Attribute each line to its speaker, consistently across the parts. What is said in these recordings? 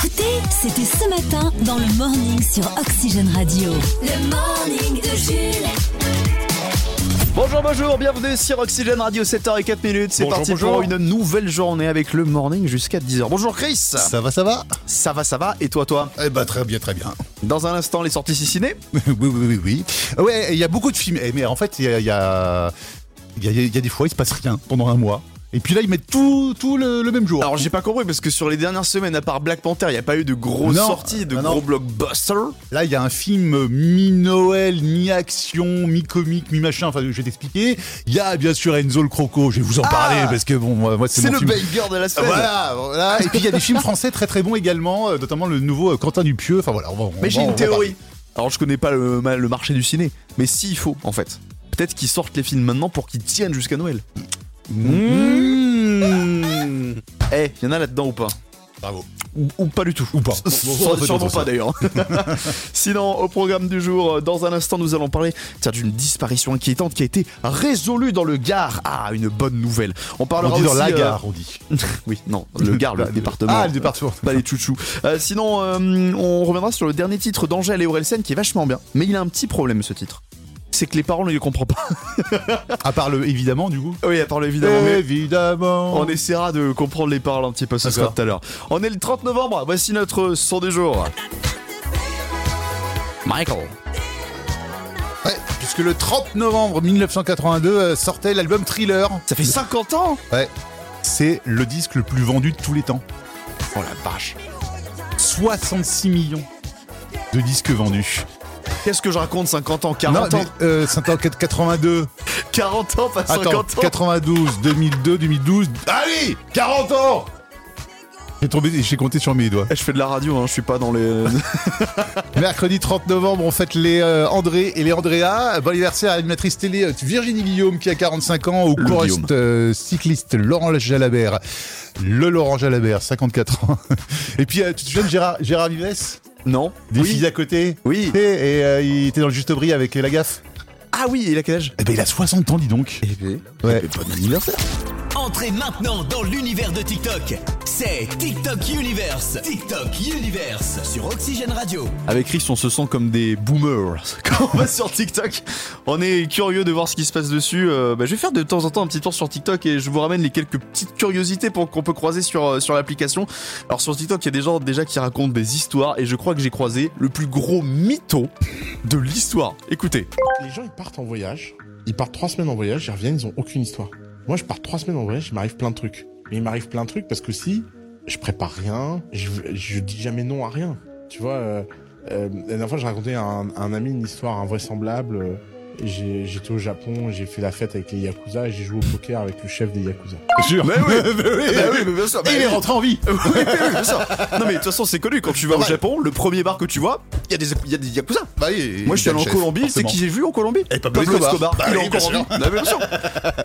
Speaker 1: C'était ce matin dans le morning sur Oxygène Radio. Le morning de Jules.
Speaker 2: Bonjour, bonjour, bienvenue sur Oxygène Radio 7h04 minutes. C'est
Speaker 3: Bonjour,
Speaker 2: parti
Speaker 3: bonjour.
Speaker 2: pour une nouvelle journée avec le morning jusqu'à 10h. Bonjour Chris.
Speaker 3: Ça va, ça va
Speaker 2: Ça va, ça va. Et toi, toi
Speaker 3: Eh bah très bien, très bien.
Speaker 2: Dans un instant, les sorties ciné.
Speaker 3: oui, oui, oui, oui. Ouais, il y a beaucoup de films. Eh, Mais en fait, il y a, il y, a, il y a- il y a des fois, il se passe rien pendant un mois. Et puis là, ils mettent tout, tout le, le même jour.
Speaker 2: Alors, j'ai pas compris parce que sur les dernières semaines, à part Black Panther, il n'y a pas eu de grosses
Speaker 3: Non, Ah,
Speaker 2: sorties, de
Speaker 3: non, non.
Speaker 2: gros blockbusters.
Speaker 3: Là, il y a un film euh, mi-Noël, mi-action, mi-comique, mi-machin. Enfin, je vais t'expliquer. Il y a bien sûr Enzo le Croco. Je vais vous en parler parce que bon, moi, moi, c'est
Speaker 2: Ah C'est le
Speaker 3: mon film. Ah,
Speaker 2: banger de la semaine.
Speaker 3: Voilà, voilà. Et puis il y a des films français très très bons également, euh, notamment le nouveau euh, Quentin Dupieux. Enfin voilà, on va. on
Speaker 2: Mais
Speaker 3: va-
Speaker 2: j'ai
Speaker 3: on
Speaker 2: une
Speaker 3: va parler.
Speaker 2: théorie. Alors, je connais pas le, ma- le marché du ciné, mais s'il faut, en fait. Peut-être qu'ils sortent les films maintenant pour qu'ils tiennent jusqu'à Noël.
Speaker 3: Hmm.
Speaker 2: Eh, y en a là-dedans ou pas
Speaker 3: Bravo.
Speaker 2: ou, ou pas du tout. Ou
Speaker 3: pas.
Speaker 2: Sûrement
Speaker 3: Peut-être
Speaker 2: sûrement
Speaker 3: ça.
Speaker 2: pas d'ailleurs. Sinon, au programme du jour, euh, dans un instant, nous allons parler tiens, d'une disparition inquiétante qui a été résolue dans le Gard. Ah, une bonne nouvelle. On
Speaker 3: On
Speaker 2: parlera
Speaker 3: dit dans
Speaker 2: aussi,
Speaker 3: la
Speaker 2: euh,
Speaker 3: gare, on dit.
Speaker 2: Oui, non, le Gard, le département.
Speaker 3: Ah, le département.
Speaker 2: Pas les chouchous. Euh, sinon, euh, on reviendra sur le dernier titre d'Angèle et Orelsen qui est vachement bien. Mais il a un petit problème ce titre. C'est que les parents ne le comprennent pas.
Speaker 3: À part le évidemment, du coup.
Speaker 2: Oui, à part le évidemment. mais-
Speaker 3: Évidemment.
Speaker 2: On essaiera de comprendre les paroles un petit peu, ce sera
Speaker 3: D'accord.
Speaker 2: tout à l'heure. On est le 30 novembre, voici notre son des jours. Michael.
Speaker 3: Ouais, puisque le 30 novembre 1982 euh, sortait l'album Thriller.
Speaker 2: Ça fait 50 ans
Speaker 3: Ouais. C'est le disque le plus vendu de tous les temps.
Speaker 2: Oh la vache.
Speaker 3: 66 millions de disques vendus.
Speaker 2: Qu'est-ce que je raconte 50 ans 40
Speaker 3: non,
Speaker 2: ans
Speaker 3: mais, euh, c'est en 82.
Speaker 2: 40 ans, pas
Speaker 3: Attends,
Speaker 2: 50 ans
Speaker 3: 92, 2002, 2012. Allez 40 ans J'ai tombé, j'ai compté sur mes doigts.
Speaker 2: Eh, Je fais de la radio, hein, je suis pas dans les.
Speaker 3: Mercredi 30 novembre, on fête les euh, André et les Andrea. Bon anniversaire à l'animatrice télé euh, Virginie Guillaume qui a 45 ans, au
Speaker 2: Le Guillaume.
Speaker 3: choriste euh, cycliste Laurent Jalabert. Le Laurent Jalabert, 54 ans. Et puis, euh, tu te souviens de Gérard, Gérard Vives
Speaker 2: non
Speaker 3: Des
Speaker 2: Oui.
Speaker 3: filles à côté
Speaker 2: Oui.
Speaker 3: Et, et, euh, il était dans le juste bris avec la gaffe.
Speaker 2: Ah oui, il a quel âge
Speaker 3: Eh ben, il a 60 ans, dis donc.
Speaker 2: Eh bien,
Speaker 3: Ouais.
Speaker 2: bon anniversaire
Speaker 4: Entrez maintenant dans l'univers de TikTok. C'est TikTok Universe. TikTok Universe sur Oxygène Radio.
Speaker 2: Avec Chris, on se sent comme des boomers quand on va sur TikTok. On est curieux de voir ce qui se passe dessus. Euh, bah, je vais faire de temps en temps un petit tour sur TikTok et je vous ramène les quelques petites curiosités pour qu'on peut croiser sur, euh, sur l'application. Alors sur TikTok, il y a des gens déjà qui racontent des histoires et je crois que j'ai croisé le plus gros mytho de l'histoire. Écoutez.
Speaker 5: Les gens, ils partent en voyage. Ils partent trois semaines en voyage, ils reviennent, ils ont aucune histoire. Moi, je pars trois semaines en voyage, il m'arrive plein de trucs. Mais il m'arrive plein de trucs parce que si je prépare rien, je, je dis jamais non à rien. Tu vois, euh, euh, la dernière fois, je racontais à un, à un ami une histoire invraisemblable. euh, j'ai- J'étais au Japon, j'ai fait la fête avec les Yakuza et j'ai joué au poker avec le chef des Yakuza.
Speaker 3: Jure.
Speaker 2: Mais oui, mais bien sûr.
Speaker 3: Bah
Speaker 2: Bah
Speaker 3: Et il est rentré en vie.
Speaker 2: Oui, oui, oui, bien sûr. Non mais de toute façon c'est connu quand tu vas au
Speaker 3: Normal.
Speaker 2: Japon le premier bar que tu vois il y a des il y a des yakuza
Speaker 3: Bah
Speaker 2: Moi, je suis allé en Colombie. C'est
Speaker 3: forcément.
Speaker 2: qui j'ai vu en Colombie
Speaker 3: Et Pablo Escobar.
Speaker 2: Il est
Speaker 3: Bah oui,
Speaker 2: encore en
Speaker 3: bien
Speaker 2: vie. Bah, bien sûr.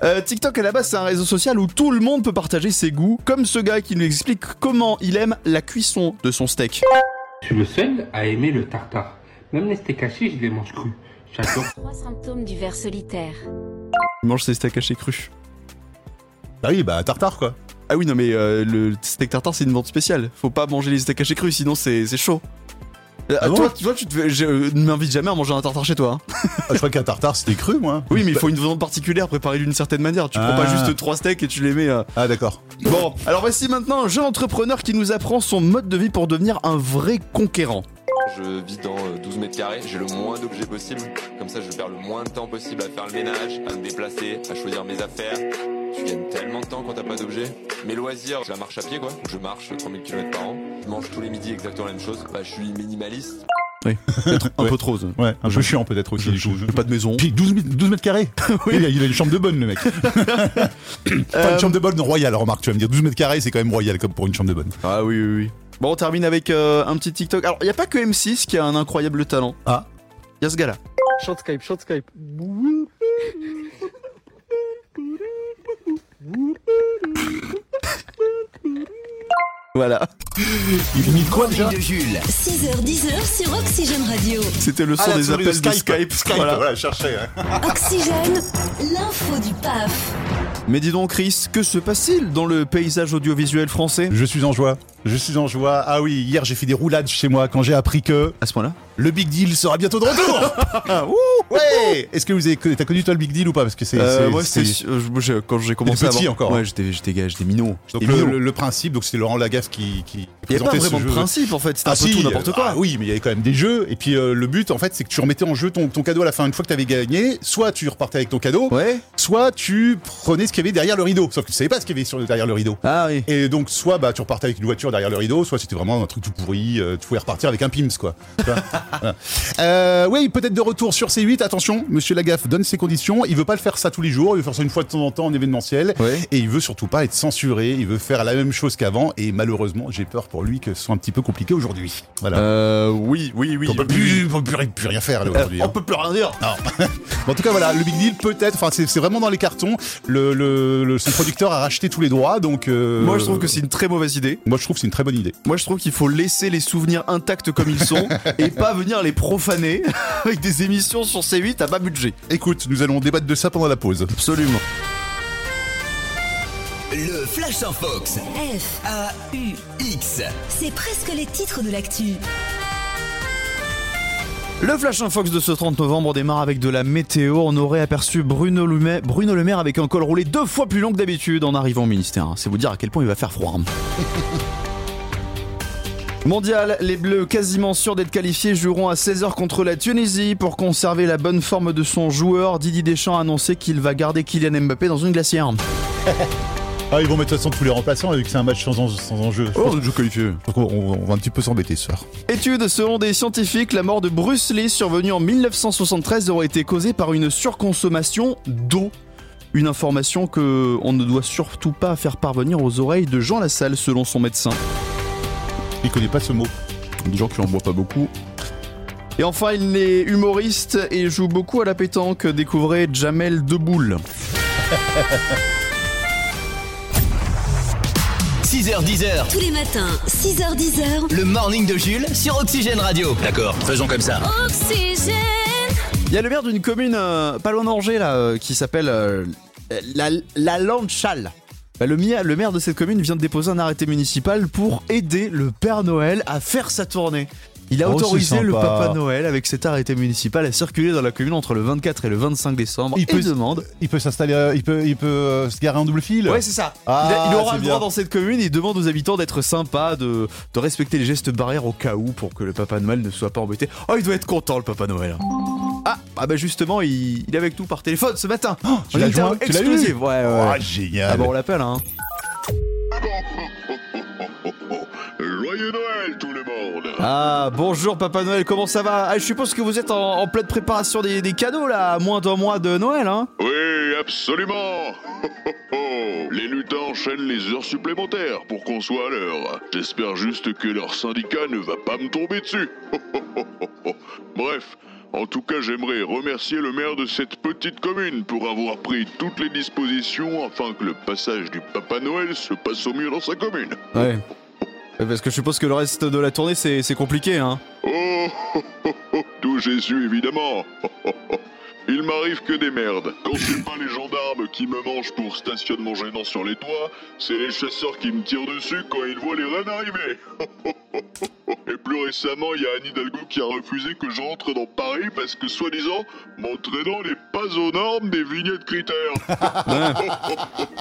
Speaker 2: Euh, TikTok, à la base, c'est un réseau social où tout le monde peut partager ses goûts, comme ce gars qui nous explique comment il aime la cuisson de son steak.
Speaker 6: Je suis le seul à aimer le tartare. Même les steaks hachés, je les mange crus. J'adore.
Speaker 7: Trois symptômes du ver solitaire.
Speaker 2: Il mange ses steaks hachés crus.
Speaker 3: Bah oui, bah tartare quoi.
Speaker 2: Ah oui, non, mais euh, le steak tartare, c'est une vente spéciale. Faut pas manger les steaks hachés crus, sinon c'est c'est chaud. Euh,
Speaker 3: Ah bon
Speaker 2: toi, tu vois, tu te fais- je euh, ne m'invite jamais à manger un tartare chez toi. hein.
Speaker 3: Ah, je crois qu'un tartare c'était cru, moi. Bah,
Speaker 2: Oui, mais il faut une viande particulière préparée d'une certaine manière. Tu prends
Speaker 3: Ah.
Speaker 2: pas juste trois steaks et tu les mets. euh,
Speaker 3: Ah d'accord.
Speaker 2: Bon, alors voici maintenant un jeune entrepreneur qui nous apprend son mode de vie pour devenir un vrai conquérant.
Speaker 8: Je vis dans euh, 12 mètres carrés, j'ai le moins d'objets possible. Comme ça, je perds le moins de temps possible à faire le ménage, à me déplacer, à choisir mes affaires. Tu gagnes tellement de temps quand t'as pas d'objets. Mes loisirs, je la marche à pied quoi. Je marche 3000 km par an. Je mange tous les midis exactement la même chose. Bah, je suis minimaliste.
Speaker 2: Un
Speaker 3: Ouais.
Speaker 2: peu trop. ça.
Speaker 3: Ouais, un peu chiant peut-être aussi. du coup.
Speaker 2: J'ai pas de maison.
Speaker 3: Puis 12, mètres- 12 mètres carrés oui. il, a, il a une chambre de bonne le mec. Pas
Speaker 2: Euh,
Speaker 3: une chambre de bonne royale, remarque, tu vas me dire 12 mètres carrés c'est quand même royal comme pour une chambre de bonne.
Speaker 2: Ah oui, oui, oui. Bon, on termine avec euh, un petit TikTok. Alors, il n'y a pas que M6 qui a un incroyable talent.
Speaker 3: Ah.
Speaker 2: Il y a ce gars-là.
Speaker 9: Short Skype, short Skype.
Speaker 2: Voilà.
Speaker 3: Il finit de quoi déjà
Speaker 4: De Jules.
Speaker 1: 6h, 10h sur Oxygène Radio.
Speaker 2: C'était le son des appels Ah, de Skype. Voilà.
Speaker 3: je cherchais. hein.
Speaker 1: Oxygène, l'info du PAF.
Speaker 2: Mais dis donc, Chris, que se passe-t-il dans le paysage audiovisuel français
Speaker 3: Je suis en joie. Je suis en joie. Ah oui, hier j'ai fait des roulades chez moi quand j'ai appris que
Speaker 2: À ce point-là
Speaker 3: le Big Deal sera bientôt de retour. ouais. Est-ce que vous avez connu, t'as connu toi le Big Deal ou pas Parce que c'est.
Speaker 2: Euh,
Speaker 3: c'est-
Speaker 2: Moi,
Speaker 3: c'est-
Speaker 2: c'était su- euh, je- je- quand j'ai commencé.
Speaker 3: petit
Speaker 2: avant-
Speaker 3: encore.
Speaker 2: Ouais, j'étais j'étais gars, j'étais minot.
Speaker 3: donc
Speaker 2: J'étais
Speaker 3: le,
Speaker 2: minot.
Speaker 3: le- le principe, donc c'était Laurent Lagaffe qui,
Speaker 2: Il
Speaker 3: qui
Speaker 2: n'y avait pas
Speaker 3: présentait ce
Speaker 2: vraiment de
Speaker 3: jeu.
Speaker 2: principe en fait, c'était un
Speaker 3: Ah
Speaker 2: peu
Speaker 3: si,
Speaker 2: tout n'importe quoi.
Speaker 3: ah oui, mais il y avait quand même des jeux. Et puis euh, le but, en fait, c'est que tu remettais en jeu ton, ton cadeau à la fin. Une fois que tu avais gagné, soit tu repartais avec ton cadeau,
Speaker 2: Ouais
Speaker 3: soit tu prenais ce qu'il y avait derrière le rideau. Sauf que tu savais pas ce qu'il y avait sur, derrière le rideau.
Speaker 2: Ah oui.
Speaker 3: Et donc, soit bah, tu repartais avec une voiture derrière le rideau, soit c'était vraiment un truc tout pourri. euh, tu pouvais repartir avec un Pims, quoi. Tu vois Voilà. Euh, oui, peut-être de retour sur C8. Attention, Monsieur Lagaffe donne ses conditions. Il veut pas le faire ça tous les jours. Il veut faire ça une fois de temps en temps en événementiel.
Speaker 2: Ouais.
Speaker 3: Et il veut surtout pas être censuré. Il veut faire la même chose qu'avant. Et malheureusement, j'ai peur pour lui que ce soit un petit peu compliqué aujourd'hui. Voilà.
Speaker 2: Euh, oui, oui, oui. Euh,
Speaker 3: on peut plus, on peut plus, plus rien faire là, aujourd'hui. hein.
Speaker 2: plus rien dire.
Speaker 3: Bon, En tout cas, voilà, le Big Deal peut-être. Enfin, c'est c'est vraiment dans les cartons. Le, le- le- son producteur a racheté tous les droits, donc. euh,
Speaker 2: Moi, je trouve que c'est une très mauvaise idée.
Speaker 3: Moi, je trouve que c'est une très bonne idée.
Speaker 2: Moi, je trouve qu'il faut laisser les souvenirs intacts comme ils sont et pas venir les profaner avec des émissions sur C8 à bas budget.
Speaker 3: Écoute, nous allons débattre de ça pendant la pause.
Speaker 2: Absolument.
Speaker 4: Le Flash sans Fox.
Speaker 1: F,
Speaker 4: A-U-X.
Speaker 1: c'est presque les titres de l'actu.
Speaker 2: Le Flash Infox de ce 30 novembre démarre avec de la météo. On aurait aperçu Bruno Le Maire, Bruno Le Maire avec un col roulé deux fois plus long que d'habitude en arrivant au ministère. C'est vous dire à quel point il va faire froid. Mondial, les Bleus quasiment sûrs d'être qualifiés joueront à 16h contre la Tunisie pour conserver la bonne forme de son joueur. Didier Deschamps a annoncé qu'il va garder Kylian Mbappé dans une glacière.
Speaker 3: Ah, ils vont mettre de toute façon tous les remplaçants vu que c'est un match sans, en- sans enjeu. Je pense-
Speaker 2: Oh, jeu qualifié.
Speaker 3: je pense qu'on- on, on va un petit peu s'embêter ce soir.
Speaker 2: Étude selon des scientifiques, la mort de Bruce Lee survenue en 1973 aurait été causée par une surconsommation d'eau. Une information que on ne doit surtout pas faire parvenir aux oreilles de Jean Lassalle selon son médecin.
Speaker 3: Il connaît pas ce mot.
Speaker 2: Des gens qui en boivent pas beaucoup. Et enfin, il est humoriste et joue beaucoup à la pétanque. Découvrez Jamel Debbouze.
Speaker 4: 6h-10h.
Speaker 1: Tous les matins, 6h10h.
Speaker 4: Le morning de Jules sur Oxygène Radio. D'accord, faisons comme ça.
Speaker 1: Oxygène.
Speaker 2: Il y a le maire d'une commune euh, pas loin d'Angers là, euh, qui s'appelle euh, la, la Landchal. Bah, le, mia- le maire de cette commune vient de déposer un arrêté municipal pour aider le Père Noël à faire sa tournée. Il a
Speaker 3: Oh,
Speaker 2: autorisé
Speaker 3: c'est
Speaker 2: le
Speaker 3: sympa.
Speaker 2: Papa Noël avec cet arrêté municipal à circuler dans la commune entre le 24 et le 25 décembre. Il
Speaker 3: Il
Speaker 2: et
Speaker 3: peut-
Speaker 2: demande.
Speaker 3: Il peut s'installer, euh, il peut, il peut euh, se garer en double fil.
Speaker 2: Ouais, c'est ça.
Speaker 3: Ah,
Speaker 2: il, a- il aura
Speaker 3: c'est
Speaker 2: le droit
Speaker 3: bien.
Speaker 2: dans cette commune. Il demande aux habitants d'être sympas, de, de respecter les gestes barrières au cas où pour que le Papa Noël ne soit pas embêté. Oh, il doit être content, le Papa Noël. Ah, ah bah justement, il, il est avec nous par téléphone ce matin.
Speaker 3: Oh, tu l'as joint Tu l'as eu
Speaker 2: exclusive. Ouais, ouais.
Speaker 3: Ah, génial.
Speaker 2: Ah bah on l'appelle, hein.
Speaker 9: Joyeux Noël tout le monde
Speaker 2: Ah, bonjour Papa Noël, comment ça va Ah, je suppose que vous êtes en, en pleine préparation des, des cadeaux là, à moins d'un mois de Noël, hein
Speaker 9: Oui, absolument Les lutins enchaînent les heures supplémentaires pour qu'on soit à l'heure. J'espère juste que leur syndicat ne va pas me tomber dessus. Bref, en tout cas j'aimerais remercier le maire de cette petite commune pour avoir pris toutes les dispositions afin que le passage du Papa Noël se passe au mieux dans sa commune.
Speaker 2: Ouais. Parce que je suppose que le reste de la tournée c'est c'est compliqué, hein.
Speaker 9: Oh, tout Jésus évidemment. Il m'arrive que des merdes. Quand c'est pas les gendarmes qui me mangent pour stationnement gênant sur les toits, c'est les chasseurs qui me tirent dessus quand ils voient les rennes arriver. Et plus récemment, il y a Anne Hidalgo qui a refusé que j'entre dans Paris parce que, soi-disant, mon traîneau n'est pas aux normes des vignettes critères.
Speaker 3: Ah.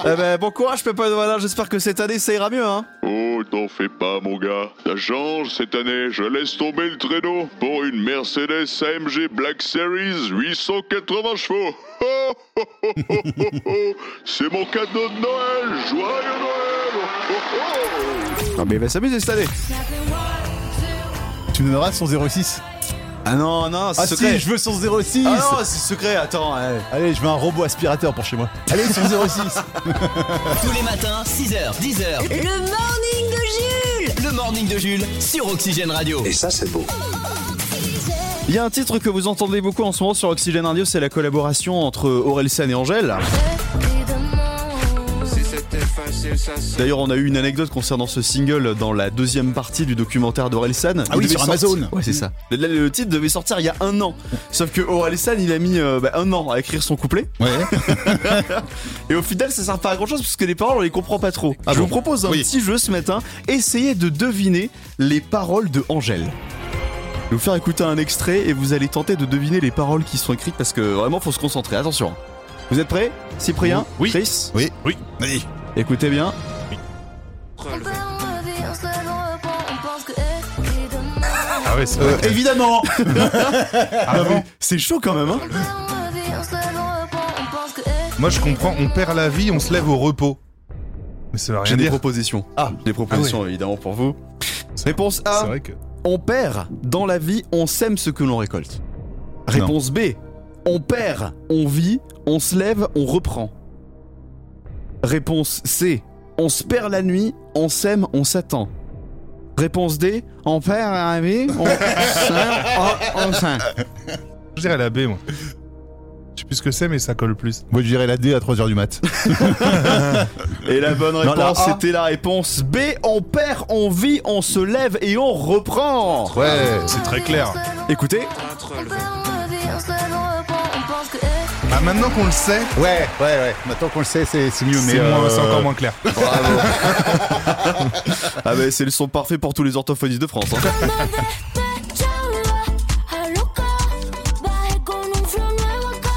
Speaker 2: Eh ben, bon courage Papa Noël, hein. j'espère que cette année ça ira mieux, hein.
Speaker 9: Oh, t'en fais pas, mon gars. Ça change cette année. Je laisse tomber le traîneau pour une Mercedes AMG Black Series 880 chevaux. Oh, oh, oh, oh, oh, oh. C'est mon cadeau de Noël. Joyeux Noël. Oh, oh, oh.
Speaker 2: Non Ah, mais il va s'amuser cette année.
Speaker 3: Tu me donneras son 06.
Speaker 2: Ah non, non, c'est
Speaker 3: Ah
Speaker 2: secret.
Speaker 3: si, je veux son 06.
Speaker 2: Ah non, c'est secret, attends. ouais.
Speaker 3: Allez, je veux un robot aspirateur pour chez moi. Allez, son 06.
Speaker 4: Tous les matins, 6h, 10h.
Speaker 1: Le morning de Jules.
Speaker 4: Le morning de Jules sur Oxygène Radio.
Speaker 2: Il y a un titre que vous entendez beaucoup en ce moment sur Oxygène Radio, c'est la collaboration entre Orelsan et Angèle.
Speaker 9: Si c'était facile,
Speaker 2: D'ailleurs, on a eu une anecdote concernant ce single dans la deuxième partie du documentaire d'Orelsan.
Speaker 3: Ah
Speaker 2: Il
Speaker 3: oui,
Speaker 2: devait
Speaker 3: sur Amazon. Mm.
Speaker 2: sortir- Ouais, c'est ça. Le, le- le titre devait sortir il y a un an. Sauf que Orelsan, il a mis euh, bah, un an à écrire son couplet.
Speaker 3: Ouais.
Speaker 2: Et au final, ça sert pas à grand chose parce que les paroles, on les comprend pas trop. Je
Speaker 3: Ah bon
Speaker 2: vous propose un
Speaker 3: Oui.
Speaker 2: petit jeu ce matin. Essayez de deviner les paroles de Angèle. Je vais vous faire écouter un extrait et vous allez tenter de deviner les paroles qui sont écrites parce que vraiment, faut se concentrer. Attention. Vous êtes prêts Cyprien
Speaker 3: Oui.
Speaker 2: Chris
Speaker 3: Oui. Oui. Vas-y.
Speaker 2: Écoutez bien.
Speaker 10: Ah ouais, c'est
Speaker 3: Euh, évidemment.
Speaker 2: C'est chaud quand même, hein
Speaker 10: Moi, je comprends, on perd la vie, on se lève au repos. Mais ça veut
Speaker 2: J'ai
Speaker 10: rien
Speaker 2: des
Speaker 10: dire.
Speaker 2: propositions. Ah, des propositions évidemment pour vous. Réponse
Speaker 10: C'est
Speaker 2: A.
Speaker 10: vrai que.
Speaker 2: On perd. Dans la vie, on sème ce que l'on récolte. Réponse B. On perd. On vit. On se lève. On reprend. Réponse C. On se perd la nuit. On sème. On s'attend. Réponse D. On perd la vie. On sème. On, on sème.
Speaker 10: Je dirais la B, moi. Je sais plus ce que c'est, mais ça colle plus.
Speaker 3: Moi, je dirais la D à 3h du mat.
Speaker 2: Et la bonne
Speaker 3: la
Speaker 2: réponse,
Speaker 3: A.
Speaker 2: c'était la réponse B. On perd. On vit. On se lève et on reprend.
Speaker 3: Ouais.
Speaker 10: C'est très clair.
Speaker 2: Écoutez.
Speaker 10: Ah, maintenant qu'on le sait,
Speaker 3: Ouais, ouais, ouais. Maintenant qu'on le sait, c'est c'est mieux, mais.
Speaker 10: c'est moins-
Speaker 3: euh,
Speaker 10: c'est encore moins clair.
Speaker 2: Ah bah c'est le son parfait pour tous les orthophonistes de France. hein.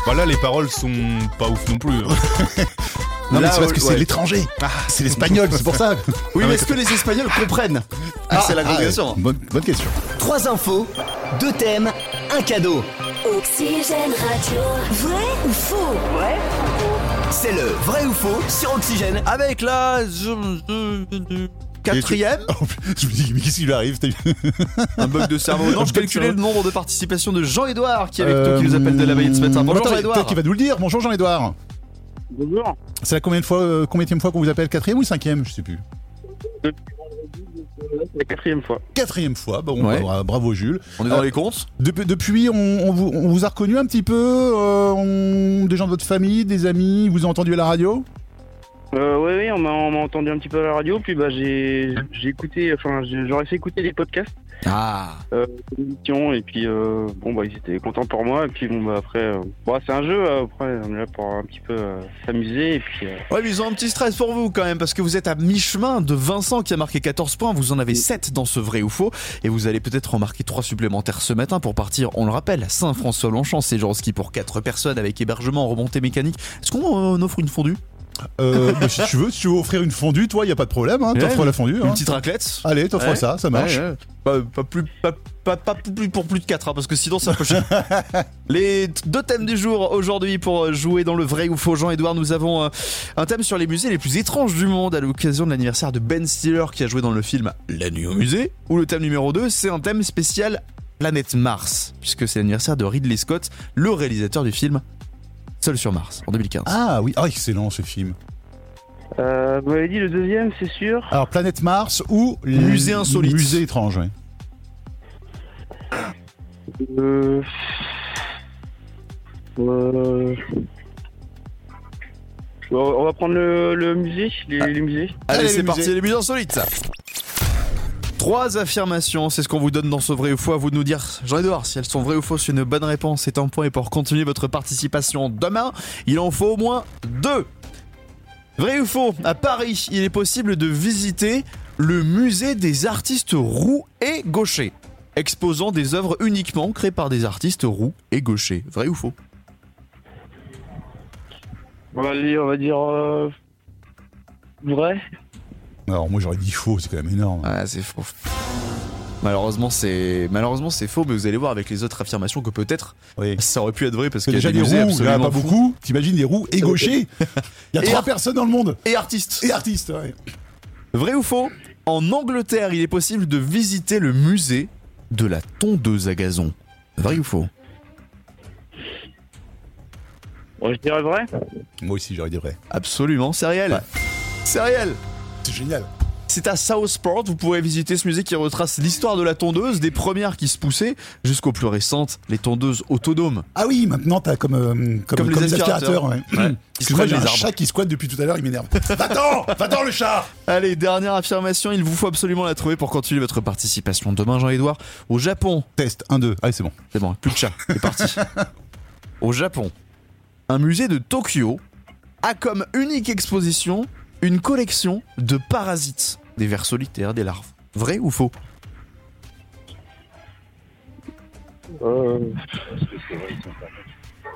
Speaker 10: Voilà, Bah les paroles sont pas ouf non plus. hein.
Speaker 3: Non, mais
Speaker 2: Là,
Speaker 3: c'est parce que
Speaker 2: ouais.
Speaker 3: c'est l'étranger.
Speaker 10: Ah.
Speaker 3: C'est l'espagnol, c'est pour ça.
Speaker 2: Oui mais est-ce que les Espagnols comprennent Ah, C'est la grande question.
Speaker 3: Bonne, bonne question.
Speaker 4: Trois infos, deux thèmes, un cadeau.
Speaker 1: Oxygène Radio. Vrai ou faux
Speaker 4: C'est le vrai ou faux sur Oxygène.
Speaker 2: Avec la quatrième,
Speaker 3: je me dis, mais qu'est-ce qui lui arrive t'as vu
Speaker 2: un bug de cerveau. Non, je calculais le nombre de participations de Jean-Edouard qui est
Speaker 4: Euh,
Speaker 2: avec nous, qui nous appelle de la Bayonne ce matin. Bonjour
Speaker 3: Attends,
Speaker 2: Jean-Edouard.
Speaker 3: Peut-être qu'il va nous le dire. Bonjour Jean-Edouard.
Speaker 6: Bonjour.
Speaker 3: C'est la combien de fois, euh, combienième fois qu'on vous appelle Quatrième ou cinquième Je sais plus.
Speaker 6: La quatrième fois.
Speaker 3: Quatrième fois. Bon,
Speaker 2: Ouais.
Speaker 3: bah, bravo Jules.
Speaker 2: On est dans les comptes.
Speaker 3: Depuis, depuis, on, on vous, on vous a reconnu un petit peu euh, on- Des gens de votre famille, des amis, vous avez entendu à la radio
Speaker 6: Euh, oui, oui, on m'a on m'a entendu un petit peu à la radio, puis bah, j'ai j'ai écouté, enfin, j'ai- j'aurais fait écouter des podcasts,
Speaker 2: Ah.
Speaker 6: des émissions, Euh, et puis euh, bon, bah, ils étaient contents pour moi, et puis bon, bah, après, euh, bon, c'est un jeu, euh, après, on est là pour un petit peu euh, s'amuser, et puis. euh,
Speaker 2: Ouais, mais ils ont un petit stress pour vous quand même parce que vous êtes à mi-chemin de Vincent qui a marqué 14 points, vous en avez 7 dans ce vrai ou faux et vous allez peut-être en marquer 3 supplémentaires ce matin pour partir, on le rappelle, à Saint-François-Longchamp, c'est genre ski pour 4 personnes avec hébergement en remontée mécanique. Est-ce qu'on euh, on offre une fondue
Speaker 3: Euh, bah, Si tu veux, si tu veux offrir une fondue, toi, il n'y a pas de problème. Hein,
Speaker 2: Ouais,
Speaker 3: t'offres
Speaker 2: mais-
Speaker 3: la fondue.
Speaker 2: Une
Speaker 3: hein.
Speaker 2: petite raclette
Speaker 3: Allez, t'offres
Speaker 2: Ouais.
Speaker 3: ça, ça marche.
Speaker 2: Ouais, ouais. Pas, pas plus, pas, pas- pas plus pour plus de 4, parce que sinon ça peut chier. Les t- deux thèmes du jour aujourd'hui pour jouer dans le vrai ou faux Jean-Edouard, nous avons euh, un thème sur les musées les plus étranges du monde à l'occasion de l'anniversaire de Ben Stiller qui a joué dans le film La nuit au musée, où le thème numéro 2 c'est un thème spécial Planète Mars, puisque c'est l'anniversaire de Ridley Scott, le réalisateur du film Seul sur Mars en 2015.
Speaker 3: Ah oui, ah, excellent ce film.
Speaker 6: Euh, vous m'avez dit le deuxième, c'est sûr.
Speaker 3: Alors, Planète Mars ou
Speaker 2: Musée insolite.
Speaker 3: Musée étrange, ouais.
Speaker 6: Euh... euh, bon, on va prendre le, le musée, les, les musées.
Speaker 2: Allez,
Speaker 3: Allez, les
Speaker 2: c'est parti,
Speaker 3: musées.
Speaker 2: les musées insolites Trois affirmations, c'est ce qu'on vous donne dans ce vrai ou faux. À vous de nous dire, Jean-Edouard, si elles sont vraies ou fausses, une bonne réponse c'est un point. Et pour continuer votre participation demain, il en faut au moins deux. Vrai ou faux, à Paris, il est possible de visiter le musée des artistes roux et gauchers, exposant des œuvres uniquement créées par des artistes roux et gauchers. Vrai ou faux
Speaker 6: On va, aller, on va dire euh, vrai.
Speaker 3: Alors, moi, j'aurais dit faux, c'est quand même énorme.
Speaker 2: Ah, c'est faux. Malheureusement, c'est malheureusement c'est faux, mais vous allez voir avec les autres affirmations que peut-être
Speaker 3: Oui.
Speaker 2: ça aurait pu être vrai parce
Speaker 3: Parce
Speaker 2: qu'il
Speaker 3: que
Speaker 2: y a
Speaker 3: déjà,
Speaker 2: des
Speaker 3: les roues,
Speaker 2: musées
Speaker 3: il y en a
Speaker 2: absolument
Speaker 3: pas
Speaker 2: fous.
Speaker 3: beaucoup. T'imagines les roues et gauchers Il y a
Speaker 2: Et
Speaker 3: trois
Speaker 2: ar-
Speaker 3: personnes dans le monde.
Speaker 2: Et artistes.
Speaker 3: Et artistes, ouais.
Speaker 2: Vrai ou faux En Angleterre, il est possible de visiter le musée de la tondeuse à gazon. Vrai ou faux
Speaker 6: Bon, je dirais vrai.
Speaker 3: Moi aussi, j'aurais dit vrai.
Speaker 2: Absolument, c'est réel. C'est réel.
Speaker 3: C'est génial.
Speaker 2: C'est à Southport, vous pourrez visiter ce musée qui retrace l'histoire de la tondeuse, des premières qui se poussaient jusqu'aux plus récentes, les tondeuses autonomes.
Speaker 3: Ah oui, maintenant t'as comme, euh, comme,
Speaker 2: Comme les
Speaker 3: des
Speaker 2: aspirateurs.
Speaker 3: aspirateurs, ouais.
Speaker 2: Ouais.
Speaker 3: Excuse-moi,
Speaker 2: Ils se prennent
Speaker 3: j'ai un
Speaker 2: les arbres.
Speaker 3: chat qui squatte depuis tout à l'heure, il m'énerve. Va-t'en Va-t'en le chat
Speaker 2: Allez, dernière affirmation, il vous faut absolument la trouver pour continuer votre participation. Demain, Jean-Edouard, au Japon.
Speaker 3: Test 1, 2. Allez, c'est bon.
Speaker 2: C'est bon, plus de chat, c'est parti. au Japon, un musée de Tokyo a comme unique exposition une collection de parasites, des vers solitaires, des larves. Vrai ou faux
Speaker 6: Euh,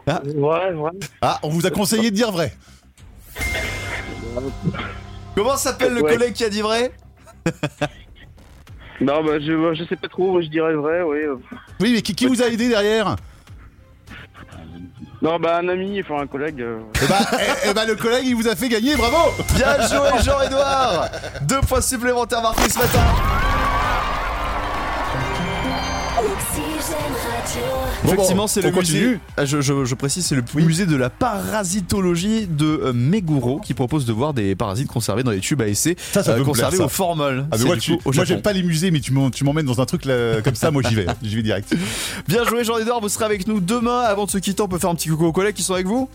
Speaker 2: Ah.
Speaker 6: Ouais, ouais.
Speaker 3: Ah, on vous a conseillé de dire vrai.
Speaker 2: Comment s'appelle le
Speaker 6: Ouais.
Speaker 2: collègue qui a dit vrai
Speaker 6: Non, bah, je, je sais pas trop, je dirais vrai, oui.
Speaker 3: Oui, mais qui, qui vous a aidé derrière
Speaker 6: Non, bah, un ami, enfin, un collègue. euh,
Speaker 3: Eh bah, eh- eh bah, le collègue, il vous a fait gagner, bravo
Speaker 2: Bien joué Jean-Edouard Deux points supplémentaires marqués ce matin
Speaker 1: Oxygène Radio.
Speaker 3: Bon,
Speaker 2: Effectivement,
Speaker 3: bon,
Speaker 2: c'est
Speaker 3: on
Speaker 2: le
Speaker 3: continue.
Speaker 2: musée. Ah, Je, je- je précise, c'est le musée de la parasitologie de euh, Meguro qui propose de voir des parasites conservés dans les tubes à essai, euh,
Speaker 3: Ça, ça peut me
Speaker 2: conservés
Speaker 3: plaire, ça.
Speaker 2: aux formoles.
Speaker 3: Ah, mais
Speaker 2: C'est
Speaker 3: moi,
Speaker 2: du
Speaker 3: tu-
Speaker 2: coup au
Speaker 3: moi,
Speaker 2: Japon.
Speaker 3: j'aime pas les musées, mais tu m'en- tu m'emmènes dans un truc là, comme ça, moi j'y vais. J'y vais direct.
Speaker 2: Bien joué Jean-Edouard, vous serez avec nous demain. Avant de se quitter, on peut faire un petit coucou aux collègues qui sont avec vous.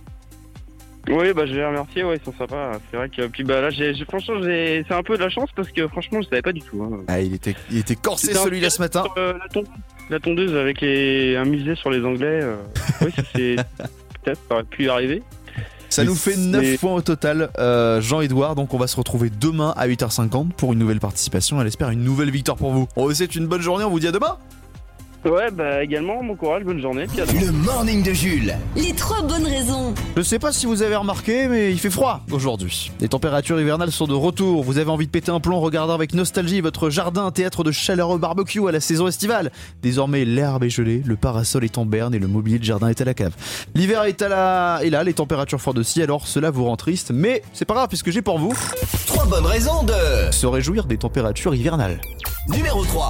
Speaker 6: Oui, bah, je les remercie, ouais, ils sont sympas. C'est vrai que, puis, bah, là, j'ai, j'ai- franchement, j'ai, c'est un peu de la chance parce que, franchement, je savais pas du tout. hein.
Speaker 2: Ah, il était, il était corsé
Speaker 6: Putain,
Speaker 2: celui-là ce matin.
Speaker 6: Euh, la, tondeuse, la tondeuse avec les- un musée sur les Anglais, euh, oui, ça, c'est. Peut-être, ça aurait pu y arriver.
Speaker 2: Ça nous fait 9
Speaker 6: Mais-
Speaker 2: points au total, euh, Jean-Edouard. Donc on va se retrouver demain à 8h50 pour une nouvelle participation. Elle espère une nouvelle victoire pour vous. On vous souhaite Oh, une bonne journée, on vous dit à demain.
Speaker 6: Ouais, bah, également, bon courage, bonne journée, puis à demain.
Speaker 4: Le morning de Jules.
Speaker 1: Les trois bonnes raisons.
Speaker 2: Je sais pas si vous avez remarqué, mais il fait froid aujourd'hui. Les températures hivernales sont de retour. Vous avez envie de péter un plomb, regardant avec nostalgie votre jardin, théâtre de chaleureux barbecue à la saison estivale. Désormais, l'herbe est gelée, le parasol est en berne et le mobilier de jardin est à la cave. L'hiver est à la... et là, les températures froides aussi, alors cela vous rend triste, mais c'est pas grave puisque j'ai pour vous
Speaker 4: Trois bonnes raisons de.
Speaker 2: se réjouir des températures hivernales.
Speaker 4: Numéro 3.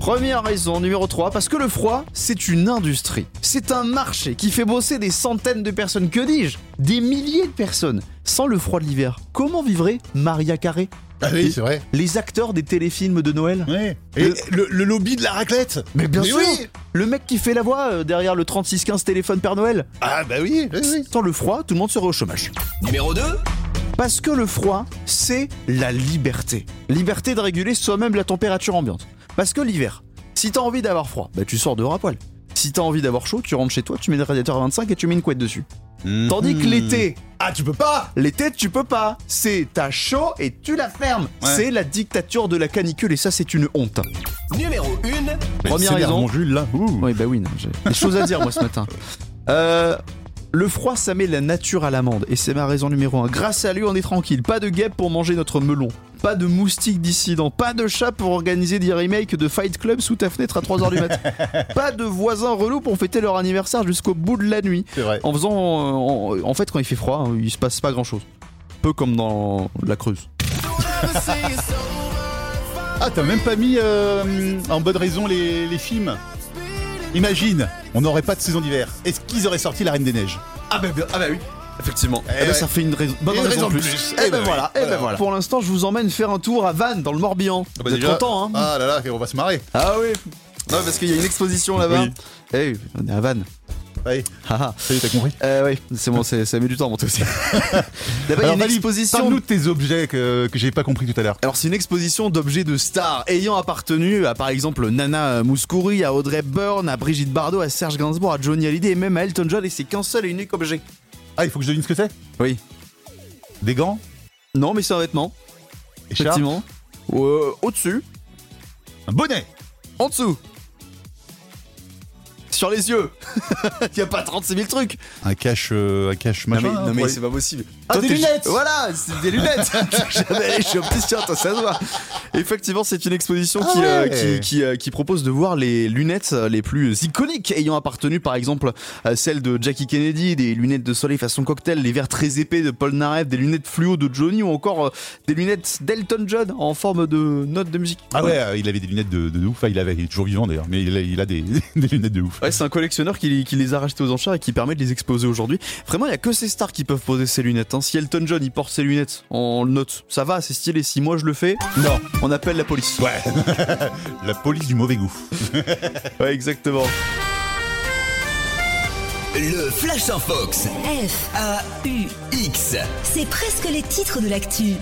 Speaker 2: Première raison, numéro 3, parce que le froid, c'est une industrie. C'est un marché qui fait bosser des centaines de personnes, que dis-je Des milliers de personnes. Sans le froid de l'hiver, comment vivrait Maria Carré
Speaker 3: Ah oui, c'est vrai.
Speaker 2: Les acteurs des téléfilms de Noël
Speaker 3: Ouais. Et le, le lobby de la raclette
Speaker 2: Mais bien sûr
Speaker 3: oui.
Speaker 2: Le mec qui fait la voix euh, derrière le 3615 téléphone Père Noël
Speaker 3: Ah bah oui, oui, oui.
Speaker 2: Sans le froid, tout le monde serait au chômage.
Speaker 4: Numéro 2.
Speaker 2: Parce que le froid, c'est la liberté. Liberté de réguler soi-même la température ambiante. Parce que l'hiver, si t'as envie d'avoir froid, bah tu sors dehors à poil. Si t'as envie d'avoir chaud, tu rentres chez toi, tu mets le radiateur à 25 et tu mets une couette dessus.
Speaker 3: Mhm.
Speaker 2: Tandis que l'été,
Speaker 3: Ah, tu peux pas
Speaker 2: l'été tu peux pas. C'est t'as chaud et tu la fermes.
Speaker 3: Ouais.
Speaker 2: C'est la dictature de la canicule et ça c'est une honte.
Speaker 4: Numéro 1.
Speaker 2: Première
Speaker 3: C'est bien,
Speaker 2: raison.
Speaker 3: Mon Jules, là. Ouh.
Speaker 2: Oui bah oui, non, j'ai des choses à dire moi ce matin. Euh, le froid, ça met la nature à l'amende. Et c'est ma raison numéro 1. Grâce à lui, on est tranquille. Pas de guêpes pour manger notre melon. Pas de moustiques dissidents. Pas de chat pour organiser des remakes de Fight Club sous ta fenêtre à 3h du mat. pas de voisins relous pour fêter leur anniversaire jusqu'au bout de la nuit.
Speaker 3: C'est vrai.
Speaker 2: En faisant. euh, En, en fait, quand il fait froid, hein, il se passe pas grand chose. Peu comme dans la Creuse.
Speaker 3: Ah, t'as même pas mis euh, en bonne raison les, les films. Imagine, on n'aurait pas de saison d'hiver. Est-ce qu'ils auraient sorti La Reine des Neiges
Speaker 2: Ah bah, oui, effectivement.
Speaker 3: Eh
Speaker 2: Eh ben,
Speaker 3: ouais.
Speaker 2: ça fait une raison, bonne
Speaker 3: Une
Speaker 2: raison,
Speaker 3: raison
Speaker 2: de
Speaker 3: de
Speaker 2: plus.
Speaker 3: plus.
Speaker 2: Eh
Speaker 3: Eh
Speaker 2: ben
Speaker 3: ben
Speaker 2: voilà, eh
Speaker 3: oui.
Speaker 2: ben
Speaker 3: Voilà.
Speaker 2: voilà. Pour l'instant, je vous emmène faire un tour à Vannes, dans le Morbihan.
Speaker 3: Ah bah
Speaker 2: vous êtes
Speaker 3: déjà-
Speaker 2: contents, hein
Speaker 3: Ah là là, on va se marrer.
Speaker 2: Ah oui Non, parce qu'il y a une exposition là-bas.
Speaker 3: Oui.
Speaker 2: Eh, on est à Vannes.
Speaker 3: Allez,
Speaker 2: Ah, ah.
Speaker 3: ça y est, t'as compris
Speaker 2: Euh, oui, c'est bon, c'est- ça met du temps à monter aussi. Là-bas, il y a
Speaker 3: Alors,
Speaker 2: une
Speaker 3: Valérie,
Speaker 2: exposition.
Speaker 3: Parle-nous de tes objets que, que j'ai pas compris tout à l'heure.
Speaker 2: Alors c'est une exposition d'objets de stars ayant appartenu à par exemple Nana euh, Mouskouri, à Audrey Byrne, à Brigitte Bardot, à Serge Gainsbourg, à Johnny Hallyday et même à Elton John et c'est qu'un seul et unique objet.
Speaker 3: Ah, il faut que je devine ce que c'est
Speaker 2: Oui.
Speaker 3: Des gants
Speaker 2: Non mais c'est un vêtement,
Speaker 3: Écharpe
Speaker 2: effectivement. Euh, Au-dessus,
Speaker 3: Un bonnet
Speaker 2: en dessous. Sur les yeux. Il y a pas 36 000 trucs.
Speaker 3: Un cache, euh, un cache
Speaker 2: Non
Speaker 3: machin
Speaker 2: mais,
Speaker 3: là,
Speaker 2: non mais
Speaker 3: pour
Speaker 2: c'est pas possible.
Speaker 3: Ah, des
Speaker 2: t'es-
Speaker 3: lunettes
Speaker 2: Voilà, c'est des lunettes. Jamais allé chez opticien, toi, ça se voit. Effectivement, c'est une exposition
Speaker 3: Ah
Speaker 2: qui, euh,
Speaker 3: ouais.
Speaker 2: qui, qui, euh, qui propose de voir les lunettes euh, les plus iconiques ayant appartenu par exemple à celles de Jackie Kennedy, des lunettes de soleil façon cocktail, les verres très épais de Paul Narev, des lunettes fluo de Johnny ou encore euh, des lunettes d'Elton John en forme de notes de musique.
Speaker 3: Ah ouais, euh, il avait des lunettes de, de ouf. Enfin, il avait, il est toujours vivant d'ailleurs, mais il a, il a des, des lunettes de ouf.
Speaker 2: Ouais, c'est un collectionneur qui, qui les a rachetés aux enchères et qui permet de les exposer aujourd'hui. Vraiment, il y a que ces stars qui peuvent poser ces lunettes. hein. Si Elton John il porte ses lunettes, on le note. Ça va, c'est stylé. Si moi je le fais,
Speaker 3: non.
Speaker 2: On appelle la police.
Speaker 3: Ouais. la police du mauvais goût.
Speaker 2: ouais, exactement.
Speaker 4: Le Flash en Fox.
Speaker 1: F,
Speaker 4: A U X.
Speaker 1: c'est presque les titres de l'actu.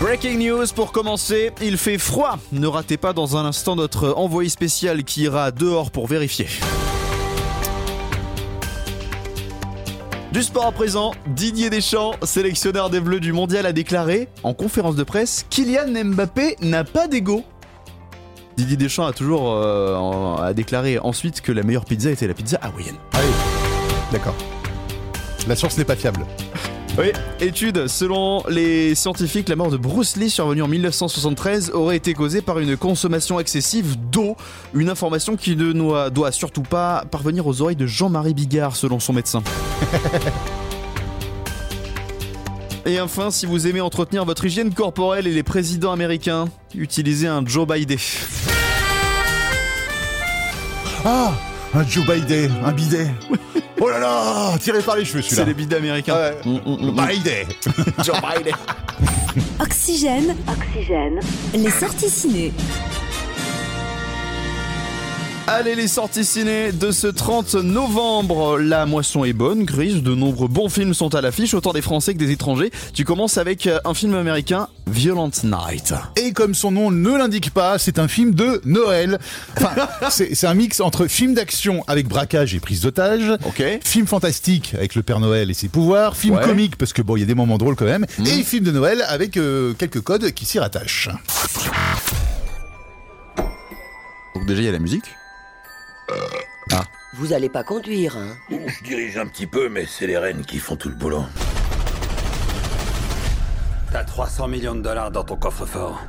Speaker 2: Breaking news pour commencer, il fait froid. Ne ratez pas dans un instant notre envoyé spécial qui ira dehors pour vérifier. Du sport à présent, Didier Deschamps, sélectionneur des Bleus du Mondial, a déclaré en conférence de presse Kylian Mbappé n'a pas d'ego. Didier Deschamps a toujours euh, en- a déclaré ensuite que la meilleure pizza était la pizza hawaïenne.
Speaker 3: D'accord. La source n'est pas fiable.
Speaker 2: Oui, étude. Selon les scientifiques, la mort de Bruce Lee, survenue en 1973, aurait été causée par une consommation excessive d'eau. Une information qui ne doit, doit surtout pas parvenir aux oreilles de Jean-Marie Bigard, selon son médecin. Et enfin, si vous aimez entretenir votre hygiène corporelle et les présidents américains, utilisez un Joe Biden.
Speaker 3: Ah Un Joe Biden, un bidet. Oh là là Tiré par les cheveux
Speaker 2: C'est
Speaker 3: celui-là.
Speaker 2: les bidets américains.
Speaker 3: Ouais.
Speaker 2: Mm, mm, mm, mm.
Speaker 3: Biden
Speaker 2: Joe Biden.
Speaker 1: Oxygène,
Speaker 7: Oxygène.
Speaker 1: les sorties ciné.
Speaker 2: Allez les sorties ciné de ce 30 novembre, la moisson est bonne, grise, de nombreux bons films sont à l'affiche, autant des Français que des étrangers. Tu commences avec euh, un film américain, Violent Night.
Speaker 3: Et comme son nom ne l'indique pas, c'est un film de Noël. Enfin, c'est c'est un mix entre film d'action avec braquage et prise d'otage,
Speaker 2: Ok
Speaker 3: film fantastique avec le Père Noël et ses pouvoirs, film
Speaker 2: Ouais.
Speaker 3: comique parce que bon, il y a des moments drôles quand même, et film de Noël avec euh, quelques codes qui s'y rattachent.
Speaker 2: Donc déjà il y a la musique.
Speaker 11: Vous allez pas conduire, hein
Speaker 12: Je dirige un petit peu, mais c'est les rennes qui font tout le boulot. T'as 300 millions de dollars dans ton coffre-fort.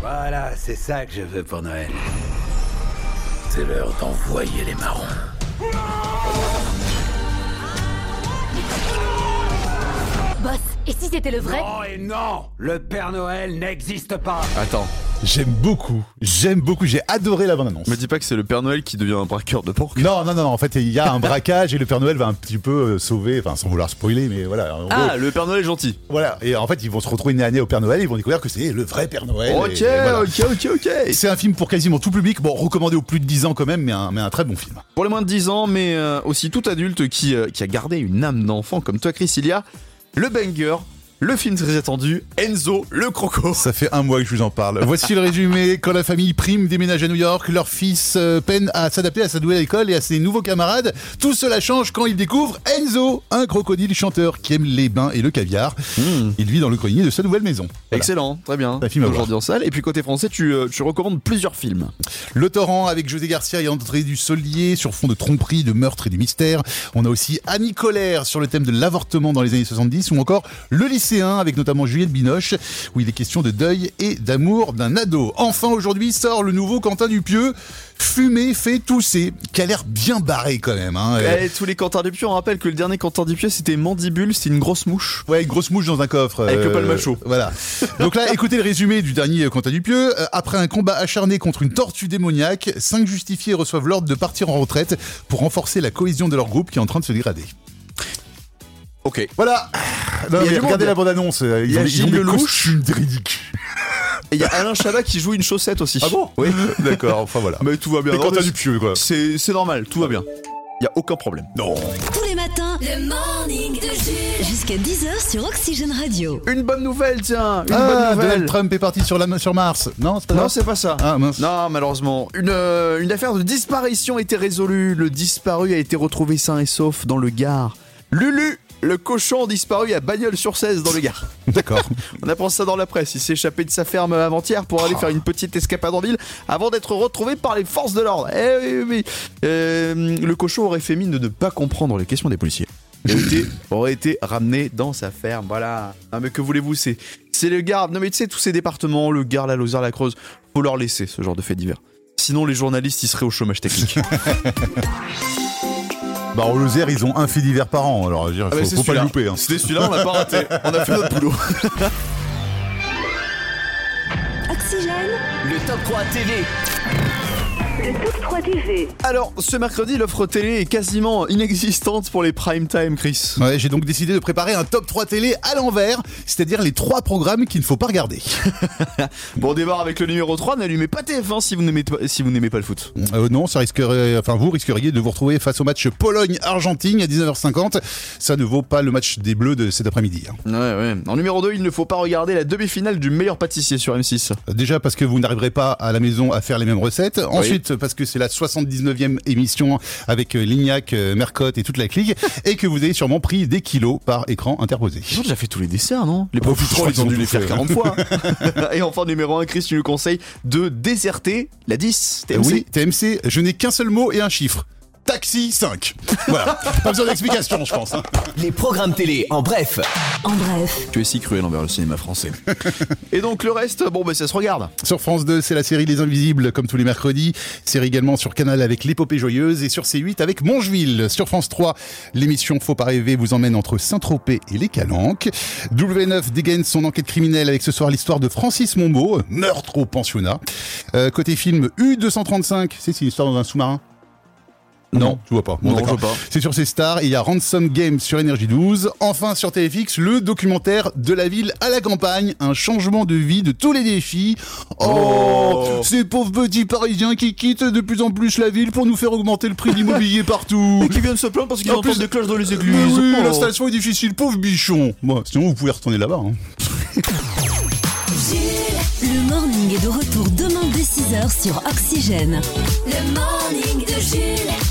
Speaker 12: Voilà, c'est ça que je veux pour Noël. C'est l'heure d'envoyer les marrons.
Speaker 7: Boss, et si c'était le vrai
Speaker 12: Oh et non Le Père Noël n'existe pas
Speaker 2: Attends,
Speaker 3: J'aime beaucoup, j'aime beaucoup, j'ai adoré la bande-annonce.
Speaker 2: me dis pas que c'est le Père Noël qui devient un braqueur de porc.
Speaker 3: Non, non, non, en fait, il y a un braquage et le Père Noël va un petit peu euh, sauver, enfin, sans vouloir spoiler, mais voilà. en gros,
Speaker 2: Ah, le Père Noël est gentil.
Speaker 3: Voilà, et en fait, ils vont se retrouver une année au Père Noël, ils vont découvrir que c'est le vrai Père Noël. et-
Speaker 2: Ok,
Speaker 3: et voilà.
Speaker 2: ok, ok, ok.
Speaker 3: Et C'est un film pour quasiment tout public, bon, recommandé aux plus de 10 ans quand même, mais un, mais un très bon film.
Speaker 2: Pour les moins de 10 ans, mais euh, aussi tout adulte qui, euh, qui a gardé une âme d'enfant comme toi Chris, il y a le banger, le film très attendu, Enzo, le croco.
Speaker 3: Ça fait un mois que je vous en parle. Voici le résumé. Quand la famille Prime déménage à New York, leur fils euh, peine à s'adapter à sa nouvelle école et à ses nouveaux camarades. Tout cela change quand il découvre Enzo, un crocodile chanteur qui aime les bains et le caviar.
Speaker 2: Hmm.
Speaker 3: Il vit dans le grenier de sa nouvelle maison. Voilà.
Speaker 2: Excellent, très bien.
Speaker 3: Un film à voir.
Speaker 2: Aujourd'hui en salle. Et puis côté français, tu, euh, tu recommandes plusieurs films.
Speaker 3: Le Torrent avec José Garcia et André Dussolier sur fond de tromperie, de meurtre et de mystère. On a aussi Annie Colère sur le thème de l'avortement dans les années 70 ou encore Le lycéen avec notamment Juliette Binoche où il est question de deuil et d'amour d'un ado. Enfin aujourd'hui sort le nouveau Quentin Dupieux, Fumer fait tousser, qui a l'air bien barré quand même. hein. Euh,
Speaker 2: Eh, tous les Quentin Dupieux, on rappelle que le dernier Quentin Dupieux, c'était Mandibule, c'était une grosse mouche.
Speaker 3: Ouais, une grosse mouche dans un coffre. euh,
Speaker 2: Avec le palmachot.
Speaker 3: Voilà. Donc là, écoutez le résumé du dernier euh, Quentin Dupieux. Euh, Après un combat acharné contre une tortue démoniaque, cinq justifiés reçoivent l'ordre de partir en retraite pour renforcer la cohésion de leur groupe qui est en train de se dégrader.
Speaker 2: Ok.
Speaker 3: Voilà. Ah Non,
Speaker 2: Il y a
Speaker 3: mais
Speaker 2: du monde.
Speaker 3: regardez la bande-annonce. euh,
Speaker 2: Il y
Speaker 3: ont
Speaker 2: a
Speaker 3: des-
Speaker 2: Gilles
Speaker 3: ont des
Speaker 2: Lelouch.
Speaker 3: costumes de ridicules.
Speaker 2: Et il y a Alain Chabat qui joue une chaussette aussi.
Speaker 3: Ah bon
Speaker 2: Oui.
Speaker 3: D'accord, enfin voilà.
Speaker 2: Mais tout va bien.
Speaker 3: Et
Speaker 2: Non,
Speaker 3: Quentin
Speaker 2: mais
Speaker 3: Dupieux, quoi.
Speaker 2: C'est c'est normal, tout va bien. Il y a aucun problème.
Speaker 3: Non.
Speaker 1: Tous les matins, le morning de Jules. Jusqu'à 10h sur Oxygène Radio.
Speaker 2: Une bonne nouvelle, tiens. Une
Speaker 3: Ah,
Speaker 2: bonne nouvelle.
Speaker 3: Donald Trump est parti sur, la, sur Mars. Non, c'est pas
Speaker 2: Non,
Speaker 3: ça
Speaker 2: c'est pas ça.
Speaker 3: Ah, mince.
Speaker 2: Non, malheureusement. Une, euh, une affaire de disparition a été résolue. Le disparu a été retrouvé sain et sauf dans le Gard. Lulu, le cochon disparu à Bagnoles-sur-Cèze dans le Gard.
Speaker 3: D'accord.
Speaker 2: On apprend ça dans la presse. Il s'est échappé de sa ferme avant-hier pour aller faire une petite escapade en ville avant d'être retrouvé par les forces de l'ordre. Eh oui, oui, oui. Euh, le cochon aurait fait mine de ne pas comprendre les questions des policiers. Et aurait été- aurait été ramené dans sa ferme. Voilà. Non, mais que voulez-vous C'est c'est le Gard. Non, mais tu sais, tous ces départements, le Gard, la Lozère, la Creuse, faut leur laisser ce genre de faits divers. Sinon, les journalistes, ils seraient au chômage technique.
Speaker 3: Bah, au Lozère, ils ont un fait divers par an. Alors, je veux dire,
Speaker 2: Ah, mais
Speaker 3: faut,
Speaker 2: c'est
Speaker 3: faut pas le
Speaker 2: celui-là.
Speaker 3: louper. hein.
Speaker 2: C'était celui-là, on l'a pas raté. On a fait notre boulot.
Speaker 1: Oxygène,
Speaker 4: Le Top 3 TV.
Speaker 7: de toute 3TV.
Speaker 2: Alors, ce mercredi, l'offre télé est quasiment inexistante pour les prime time, Chris.
Speaker 3: Ouais, j'ai donc décidé de préparer un top 3 télé à l'envers, c'est-à-dire les trois programmes qu'il ne faut pas regarder.
Speaker 2: bon, on démarre avec le numéro 3. N'allumez pas TF1 si vous n'aimez pas, si vous n'aimez pas le foot.
Speaker 3: Euh, non, ça risquerait, enfin vous risqueriez de vous retrouver face au match Pologne-Argentine à 19h50. Ça ne vaut pas le match des Bleus de cet après-midi. hein.
Speaker 2: Ouais, ouais. En numéro 2, il ne faut pas regarder la demi-finale du meilleur pâtissier sur M6.
Speaker 3: Déjà parce que vous n'arriverez pas à la maison à faire les mêmes recettes. Ensuite, parce que c'est la 79e émission avec euh, Lignac, euh, Mercotte et toute la clique. et que vous avez sûrement pris des kilos par écran interposé.
Speaker 2: Ils ont déjà fait tous les desserts, non Les pauvres
Speaker 3: Oh,
Speaker 2: putrons,
Speaker 3: je
Speaker 2: ils ont dû
Speaker 3: crois
Speaker 2: les
Speaker 3: qu'ils
Speaker 2: faire
Speaker 3: ont
Speaker 2: 40
Speaker 3: tout
Speaker 2: fois. Et enfin, numéro 1, Chris, tu nous conseilles de déserter la 10. TMC.
Speaker 3: Euh, Oui, TMC, je n'ai qu'un seul mot et un chiffre. Taxi 5. Voilà. pas besoin d'explication, je pense. hein.
Speaker 4: Les programmes télé, en bref.
Speaker 1: En bref,
Speaker 2: Tu es si cruel envers le cinéma français. Et donc, le reste, bon, bah, ça se regarde.
Speaker 3: Sur France 2, c'est la série Les Invisibles, comme tous les mercredis. Série également sur Canal avec L'Épopée Joyeuse et sur C8 avec Mongeville. Sur France 3, l'émission Faut pas rêver vous emmène entre Saint-Tropez et les Calanques. W9 dégaine son enquête criminelle avec ce soir l'histoire de Francis Mombeau, meurtre au pensionnat. Euh, côté film U235, c'est c'est l'histoire dans un sous-marin non, je vois pas. Bon,
Speaker 2: Non,
Speaker 3: d'accord.
Speaker 2: je vois pas.
Speaker 3: C'est sur ces stars. Il y a Ransom Game sur Energy 12. Enfin, sur TFX, le documentaire de la ville à la campagne. Un changement de vie de tous les défis. Oh,
Speaker 2: Oh.
Speaker 3: ces pauvres petits parisiens qui quittent de plus en plus la ville pour nous faire augmenter le prix de l'immobilier partout.
Speaker 2: Et qui viennent se plaindre parce qu'ils
Speaker 3: En
Speaker 2: entendent
Speaker 3: plus-
Speaker 2: des cloches dans les
Speaker 3: Mais
Speaker 2: églises.
Speaker 3: oui,
Speaker 2: Oh.
Speaker 3: la station est difficile. Pauvre bichon. Bon, sinon, vous pouvez retourner là-bas. hein.
Speaker 1: le morning est de retour demain dès 6h sur Oxygène.
Speaker 7: Le morning de Jules.